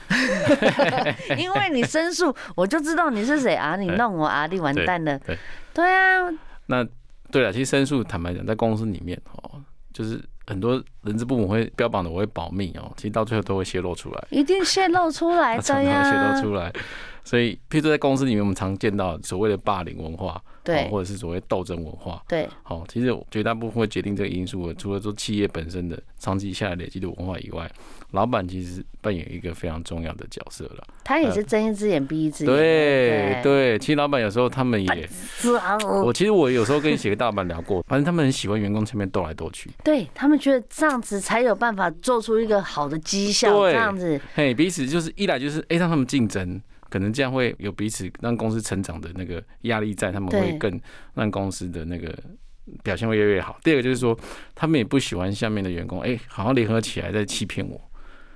Speaker 1: 因为你申诉，我就知道你是谁啊！你弄我啊！你完蛋了
Speaker 2: 对对。
Speaker 1: 对啊，
Speaker 2: 那对啊了，其实申诉坦白讲，在公司里面哦，就是很多人事部门会标榜的我会保密哦，其实到最后都会泄露出来。
Speaker 1: 一定泄露出
Speaker 2: [laughs]
Speaker 1: 来
Speaker 2: 常
Speaker 1: 的
Speaker 2: 常会
Speaker 1: 呀
Speaker 2: 泄露。出来，所以，譬如说在公司里面，我们常见到所谓的霸凌文化，哦
Speaker 1: 对
Speaker 2: 或者是所谓斗争文化，
Speaker 1: 对，
Speaker 2: 好、其实绝大部分会决定这个因素的，除了说企业本身的长期下来累积的文化以外，老板其实扮演一个非常重要的角色了。
Speaker 1: 他也是睁一只眼闭一只眼。
Speaker 2: 呃对对，其实老板有时候他们也，
Speaker 1: 是啊，我
Speaker 2: 我其实我有时候跟几个大老板聊过，反正他们很喜欢员工前面斗来斗去，
Speaker 1: 对他们觉得这样子才有办法做出一个好的绩效，
Speaker 2: 对
Speaker 1: 这样子
Speaker 2: 嘿，彼此就是一来就是哎、让他们竞争。可能这样会有彼此让公司成长的那个压力在，他们
Speaker 1: 对
Speaker 2: 会更让公司的那个表现会越来越好。第二个就是说，他们也不喜欢下面的员工，哎、好像联合起来在欺骗我。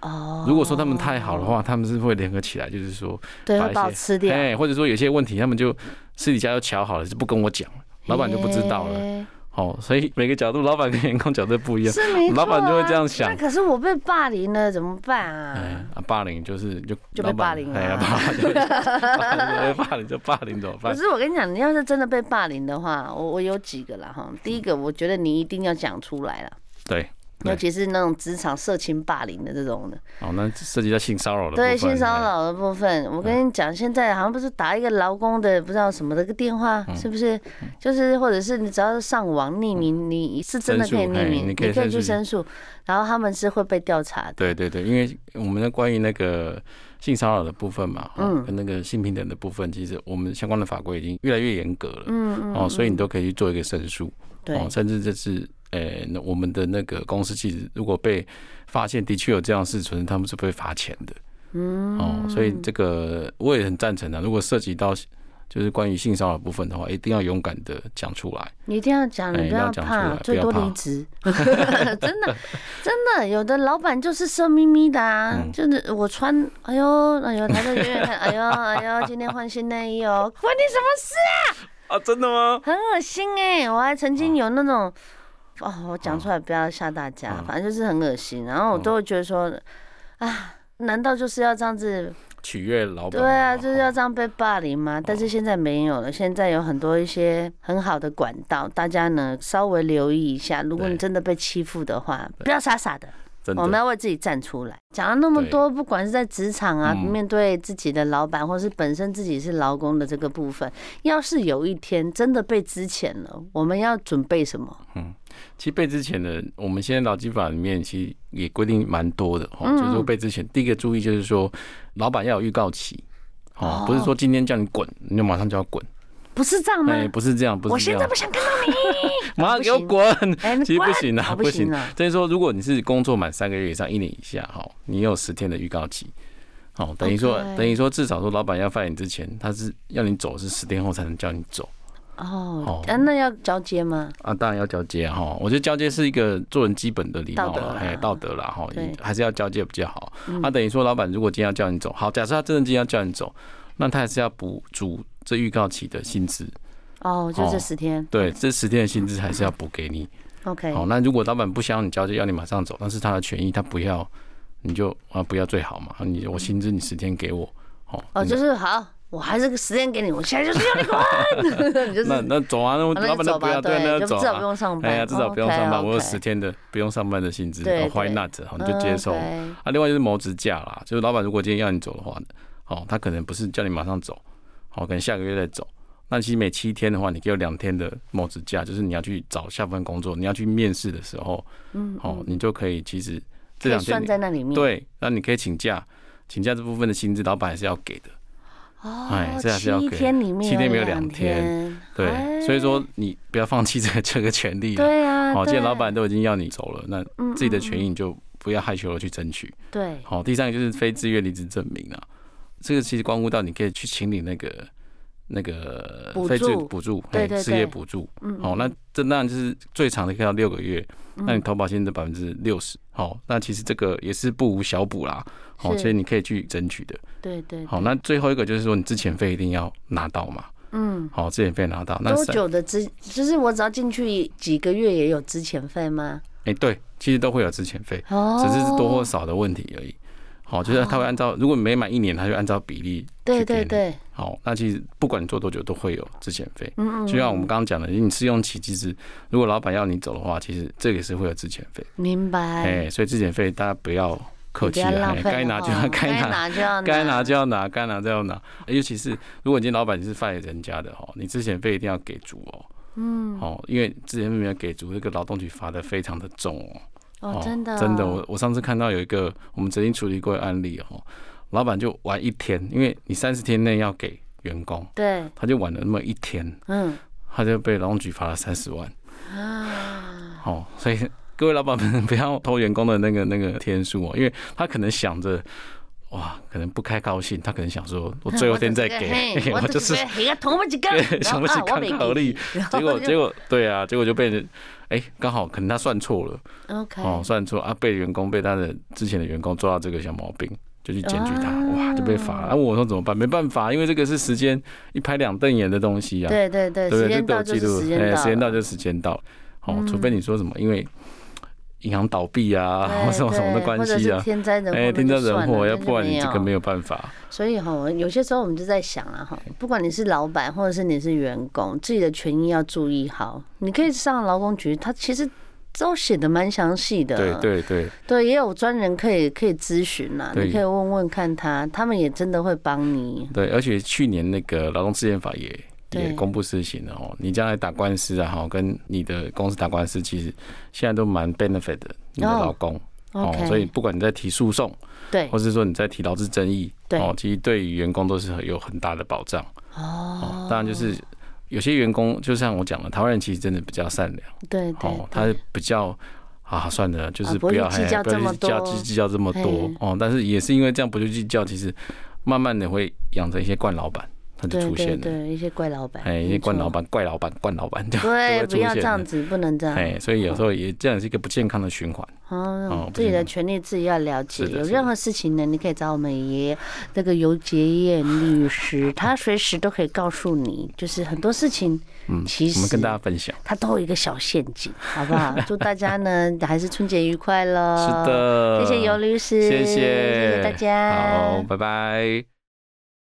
Speaker 1: 哦。
Speaker 2: 如果说他们太好的，话，他们是会联合起来，就是说，
Speaker 1: 对，
Speaker 2: 把一
Speaker 1: 会
Speaker 2: 些
Speaker 1: 把我吃掉，
Speaker 2: 哎，或者说有些问题他们就私底下就瞧好了，就不跟我讲，老板就不知道了。
Speaker 1: 嘿，
Speaker 2: 哦，所以每个角度，老板跟员工角度不一样。
Speaker 1: 是没错啊
Speaker 2: 老板就会这样想
Speaker 1: 那可是我被霸凌了，怎么办
Speaker 2: 哎
Speaker 1: 啊？，
Speaker 2: 啊霸凌就是就
Speaker 1: 就被
Speaker 2: 老板
Speaker 1: 霸凌了
Speaker 2: 哎呀，霸凌就霸凌就霸凌就霸凌怎么
Speaker 1: 可
Speaker 2: 办？
Speaker 1: 是我跟你讲，你要是真的被霸凌的话，我我有几个啦哈。第一个，我觉得你一定要讲出来了。
Speaker 2: 对，对
Speaker 1: 尤其是那种职场色情霸凌的这种的，
Speaker 2: 哦，那涉及到性骚扰的部分哎嗯
Speaker 1: 对性骚，扰的部分，我跟你讲，现在好像不是打一个劳工的不知道什么的个电话，
Speaker 2: 嗯
Speaker 1: 是不是？就是或者是你只要是上网匿名，你是真的可以
Speaker 2: 嗯申诉
Speaker 1: 匿
Speaker 2: 嘿
Speaker 1: 名，
Speaker 2: 你
Speaker 1: 你
Speaker 2: 可以
Speaker 1: 可以去
Speaker 2: 申诉
Speaker 1: 申诉，然后他们是会被调查的。
Speaker 2: 对对对，因为我们的关于那个性骚扰的部分嘛，嗯，跟那个性平等的部分，其实我们相关的法规已经越来越严格了，嗯哦，所以你都可以去做一个申诉，
Speaker 1: 对
Speaker 2: 哦，甚至这是，呃，那我们的那个公司其实如果被发现的确有这样的事存，他们是被罚钱的，嗯哦，所以这个我也很赞成的、啊如果涉及到就是关于性骚扰部分的话，一定要勇敢的讲出来，
Speaker 1: 你一定要讲，你
Speaker 2: 哎
Speaker 1: 不
Speaker 2: 一定要
Speaker 1: 要
Speaker 2: 讲
Speaker 1: 怕
Speaker 2: 出，来
Speaker 1: 最
Speaker 2: 不
Speaker 1: 多
Speaker 2: 要怕
Speaker 1: 离
Speaker 2: [laughs]
Speaker 1: 职。真的，真的，有的老板就是色眯眯的啊，
Speaker 2: 嗯
Speaker 1: 就是我穿，哎呦，哎呦，他就远远看，哎呦，哎呦，今天换新内衣哦， [laughs] 关你什么事？
Speaker 2: 啊，真的吗？
Speaker 1: 很恶心哎、我还曾经有那种，哦，我讲出来不要吓大家，
Speaker 2: 哦
Speaker 1: 反正就是很恶心，然后我都会觉得说，啊。难道就是要这样子？
Speaker 2: 取悦老板
Speaker 1: 对
Speaker 2: 嘛，
Speaker 1: 啊，就是要
Speaker 2: 哦
Speaker 1: 这样被霸凌吗？但是现在没有了，现在有很多一些很好的管道，大家呢稍微留意一下。如果你
Speaker 2: 对
Speaker 1: 真的被欺负的话，不要傻傻的，
Speaker 2: 真的
Speaker 1: 我们要为自己站出来。讲了那么多，不管是在职场啊，
Speaker 2: 嗯
Speaker 1: 面对自己的老板，或是本身自己是劳工的这个部分，要是有一天真的被资遣了，我们要准备什么？
Speaker 2: 其实被之前的，我们现在劳基法里面其实也规定蛮多的
Speaker 1: 嗯
Speaker 2: 哈，就是说被之前第一个注意就是说，老板要有预告期，哦，不是说今天叫你滚，你就马上就要滚，
Speaker 1: 不是这样吗？
Speaker 2: 哎，不是这样，不
Speaker 1: 我
Speaker 2: 是这
Speaker 1: 现在
Speaker 2: 样
Speaker 1: 不，想看到
Speaker 2: [laughs]
Speaker 1: 你，
Speaker 2: 马上给我
Speaker 1: 啊不行
Speaker 2: 滚， [laughs]
Speaker 1: 哎，你
Speaker 2: 其实
Speaker 1: 滚
Speaker 2: 不行啊，
Speaker 1: 哦
Speaker 2: 不
Speaker 1: 不
Speaker 2: 行
Speaker 1: 行啊。
Speaker 2: 所以说，如果你是工作满三个月以上、一年以下，哈，你有十天的预告期，好，等于说
Speaker 1: OK
Speaker 2: 等于说至少说老板要发你之前，他是要你走是十天后才能叫你走。
Speaker 1: 哦
Speaker 2: 哦，
Speaker 1: 啊那要交接吗？
Speaker 2: 啊，当然要交接哈、我觉得交接是一个做人基本的礼貌
Speaker 1: 道德啦
Speaker 2: 了，还有道德啦哈
Speaker 1: 对，嗯
Speaker 2: 还是要交接比较好。啊，等于说老板如果今天要叫你走，好，假设他真的今天要叫你走，那他还是要补足这预告期的薪资，
Speaker 1: 哦，就这
Speaker 2: 哦
Speaker 1: 十天。
Speaker 2: 对，这十天的薪资还是要补给你。
Speaker 1: OK，哦
Speaker 2: 好，那如果老板不想要你交接，要你马上走，但是他的权益他不要，你就啊不要最好嘛，你我薪资你十天给我，好
Speaker 1: 嗯哦，就是好，我还是个时间给你，我现在就是要你滚，你就是
Speaker 2: [laughs] 那那走啊，那
Speaker 1: 那就
Speaker 2: 老板都
Speaker 1: 走吧
Speaker 2: 不要，对，
Speaker 1: 对
Speaker 2: 那
Speaker 1: 就
Speaker 2: 走
Speaker 1: 至少不用
Speaker 2: 啊
Speaker 1: 上。班哦
Speaker 2: 哎呀，至少不用上班，
Speaker 1: OK，OK
Speaker 2: 我有十天的不用上班的薪资
Speaker 1: 对
Speaker 2: 哦，Why
Speaker 1: 对
Speaker 2: not？好，你就接受。
Speaker 1: 嗯，OK
Speaker 2: 啊，另外就是谋职价啦，就是老板如果今天要你走的话，哦，他可能不是叫你马上走，哦，可能下个月再走。那其实每七天的话，你给我两天的谋职假，就是你要去找下份工作，你要去面试的时候，嗯，哦，你就可以其实
Speaker 1: 可以
Speaker 2: 这两天
Speaker 1: 算
Speaker 2: 你
Speaker 1: 在那里面。
Speaker 2: 对，那你可以请假，请假这部分的薪资老板还是要给的，
Speaker 1: 哦
Speaker 2: 哎，这还是要
Speaker 1: 七
Speaker 2: 给
Speaker 1: 天里面
Speaker 2: 七天没有
Speaker 1: 两
Speaker 2: 两天
Speaker 1: 天，哎
Speaker 2: 对，所以说你不要放弃这个这个权利啊。
Speaker 1: 对啊，
Speaker 2: 好，既然
Speaker 1: 对
Speaker 2: 老板都已经要你走了，那
Speaker 1: 嗯
Speaker 2: 自己的
Speaker 1: 嗯
Speaker 2: 权益你就不要害羞的去争取。
Speaker 1: 对
Speaker 2: 好，第三个就是非自愿离职证明啊，这个其实关乎到你可以去请领那个那个
Speaker 1: 补
Speaker 2: 非自
Speaker 1: 助
Speaker 2: 补助，
Speaker 1: 对
Speaker 2: 嘿
Speaker 1: 对
Speaker 2: 失业
Speaker 1: 对嗯
Speaker 2: 补助。好，那这当然就是最长的可以到六个月，那你投保薪的百分之六十。好，那其实这个也是不无小补啦。好，
Speaker 1: 是
Speaker 2: 所以你可以去争取的。
Speaker 1: 对对，
Speaker 2: 好，
Speaker 1: 对
Speaker 2: 那最后一个就是说，你之前费一定要拿到嘛。
Speaker 1: 嗯。
Speaker 2: 好，之前费拿到，那
Speaker 1: 多
Speaker 2: 三
Speaker 1: 久的之？就是我只要进去几个月也有之前费吗？
Speaker 2: 哎、对，其实都会有之前费，
Speaker 1: 哦，
Speaker 2: 只是多或少的问题而已。好，就是他会按照，如果每满一年，他就按照比例
Speaker 1: 对
Speaker 2: 去给
Speaker 1: 对
Speaker 2: 你
Speaker 1: 对，
Speaker 2: 好，那其实不管你做多久都会有之前费，
Speaker 1: 嗯嗯
Speaker 2: 就像我们刚刚讲的，你试用期其实如果老板要你走的话，其实这个也是会有之前费，
Speaker 1: 明白。
Speaker 2: 哎，所以之前费大家不要客
Speaker 1: 你不
Speaker 2: 气
Speaker 1: 要
Speaker 2: 了，
Speaker 1: 浪
Speaker 2: 哎
Speaker 1: 费
Speaker 2: 该拿
Speaker 1: 了
Speaker 2: 就
Speaker 1: 哈
Speaker 2: 要该
Speaker 1: 该
Speaker 2: 拿，
Speaker 1: 拿就要
Speaker 2: 该拿就要拿，该拿就要拿，尤其是如果你今天老板你是犯人家的哦，你之前费一定要给足哦，嗯，哦，因为之前没有给足，这个劳动局罚的非常的重哦，
Speaker 1: 哦，真的
Speaker 2: 真的，
Speaker 1: 哦
Speaker 2: 我我上次看到有一个我们曾经处理过的案例哦，老板就玩一天，因为你三十天内要给员工，
Speaker 1: 对，
Speaker 2: 他就玩了那么一天，
Speaker 1: 嗯
Speaker 2: 他就被劳动局罚了三十万。
Speaker 1: 啊，
Speaker 2: 哦，所以各位老板们不要偷员工的那个那个天数哦，因为他可能想着。哇，可能不开高兴，他可能想说，我 [laughs] 最后一天再给，
Speaker 1: [laughs] 我
Speaker 2: [laughs] 我就
Speaker 1: 就是是一个啊头发
Speaker 2: [laughs]
Speaker 1: 几
Speaker 2: 对
Speaker 1: 根，
Speaker 2: 想不起看考虑，结果结果对啊，结果就被人，哎，刚好可能他算错了，
Speaker 1: OK，
Speaker 2: 哦，算错啊，被员工被他的之前的员工抓到这个小毛病，就去检举他，哇，就被罚了。啊，我说怎么办？没办法，因为这个是时间一拍两瞪眼的东西呀、啊，
Speaker 1: 对对对，
Speaker 2: 对
Speaker 1: 时
Speaker 2: 不对？
Speaker 1: 间
Speaker 2: 这都
Speaker 1: 到
Speaker 2: 有
Speaker 1: 就
Speaker 2: 记
Speaker 1: 是
Speaker 2: 录，
Speaker 1: 时间到，嗯
Speaker 2: 哎时间到就时间到。哦，除非你说什么，因为银行倒闭啊，
Speaker 1: 哎对
Speaker 2: 或 [laughs] 什么什么的
Speaker 1: 对
Speaker 2: 关
Speaker 1: 或者
Speaker 2: 系
Speaker 1: 是
Speaker 2: 啊。
Speaker 1: 天灾人祸，
Speaker 2: 哎，天灾人祸，要不然你这个没
Speaker 1: 有。
Speaker 2: 有办法。
Speaker 1: 所以哈，我有些时候我们就在想啊哈，不管你是老板或者是你是员工，自己的权益要注意好。你可以上劳工局，他其实都写的蛮详细的，
Speaker 2: 对对对，
Speaker 1: 对也有专人可以可以咨询啦，
Speaker 2: 对
Speaker 1: 你可以问问看他，他们也真的会帮你。
Speaker 2: 对，而且去年那个劳动事件法也也
Speaker 1: 对
Speaker 2: 公布施行了哦。你将来打官司啊，哈，跟你的公司打官司，其实现在都蛮 benefit 的，你的
Speaker 1: 哦
Speaker 2: 老公哦
Speaker 1: OK，
Speaker 2: 所以不管你在提诉讼，
Speaker 1: 对哦
Speaker 2: 或是说你在提劳资争议，
Speaker 1: 对
Speaker 2: 哦，其实对于员工都是很有很大的保障哦
Speaker 1: 哦。
Speaker 2: 当然就是有些员工，就像我讲的，台湾人其实真的比较善良
Speaker 1: 对对
Speaker 2: 哦，他
Speaker 1: 对
Speaker 2: 比较。啊，算了，就是
Speaker 1: 啊不会
Speaker 2: 不要
Speaker 1: 去
Speaker 2: 嘿
Speaker 1: 计较
Speaker 2: 不要
Speaker 1: 这
Speaker 2: 去
Speaker 1: 么
Speaker 2: 计较
Speaker 1: 多
Speaker 2: 计计较这么多
Speaker 1: 嘿
Speaker 2: 哦。但是也是因为这样不去计较，其实慢慢的会养成一些惯老板，他就
Speaker 1: 对
Speaker 2: 出现
Speaker 1: 对
Speaker 2: 了。
Speaker 1: 对，一些怪老板，
Speaker 2: 哎，一些
Speaker 1: 没错
Speaker 2: 惯老，板、怪老板、惯老板这样 [laughs] 就
Speaker 1: 对，
Speaker 2: 会
Speaker 1: 不
Speaker 2: 出
Speaker 1: 要这
Speaker 2: 现
Speaker 1: 样
Speaker 2: 了。
Speaker 1: 子，不能这样。
Speaker 2: 哎，所以有时候也这样是一个不健康的循环。哦
Speaker 1: 哦，
Speaker 2: 不
Speaker 1: 自己
Speaker 2: 行
Speaker 1: 的
Speaker 2: 吗
Speaker 1: 权利自己要了解。
Speaker 2: 是的
Speaker 1: 有
Speaker 2: 是
Speaker 1: 任
Speaker 2: 的
Speaker 1: 何事情呢，你可以找我们爷那个尤杰燕律师，他随时都可以告诉你，就是很多事情，
Speaker 2: 嗯，
Speaker 1: 其
Speaker 2: 我们跟
Speaker 1: 实
Speaker 2: 大家分享。
Speaker 1: 他都有一个小陷阱，好不好？祝大家呢还是春节愉快喽！
Speaker 2: [laughs] 是，的，
Speaker 1: 呃谢谢尤律师，
Speaker 2: 谢谢，
Speaker 1: 谢谢大家，
Speaker 2: 好，拜拜。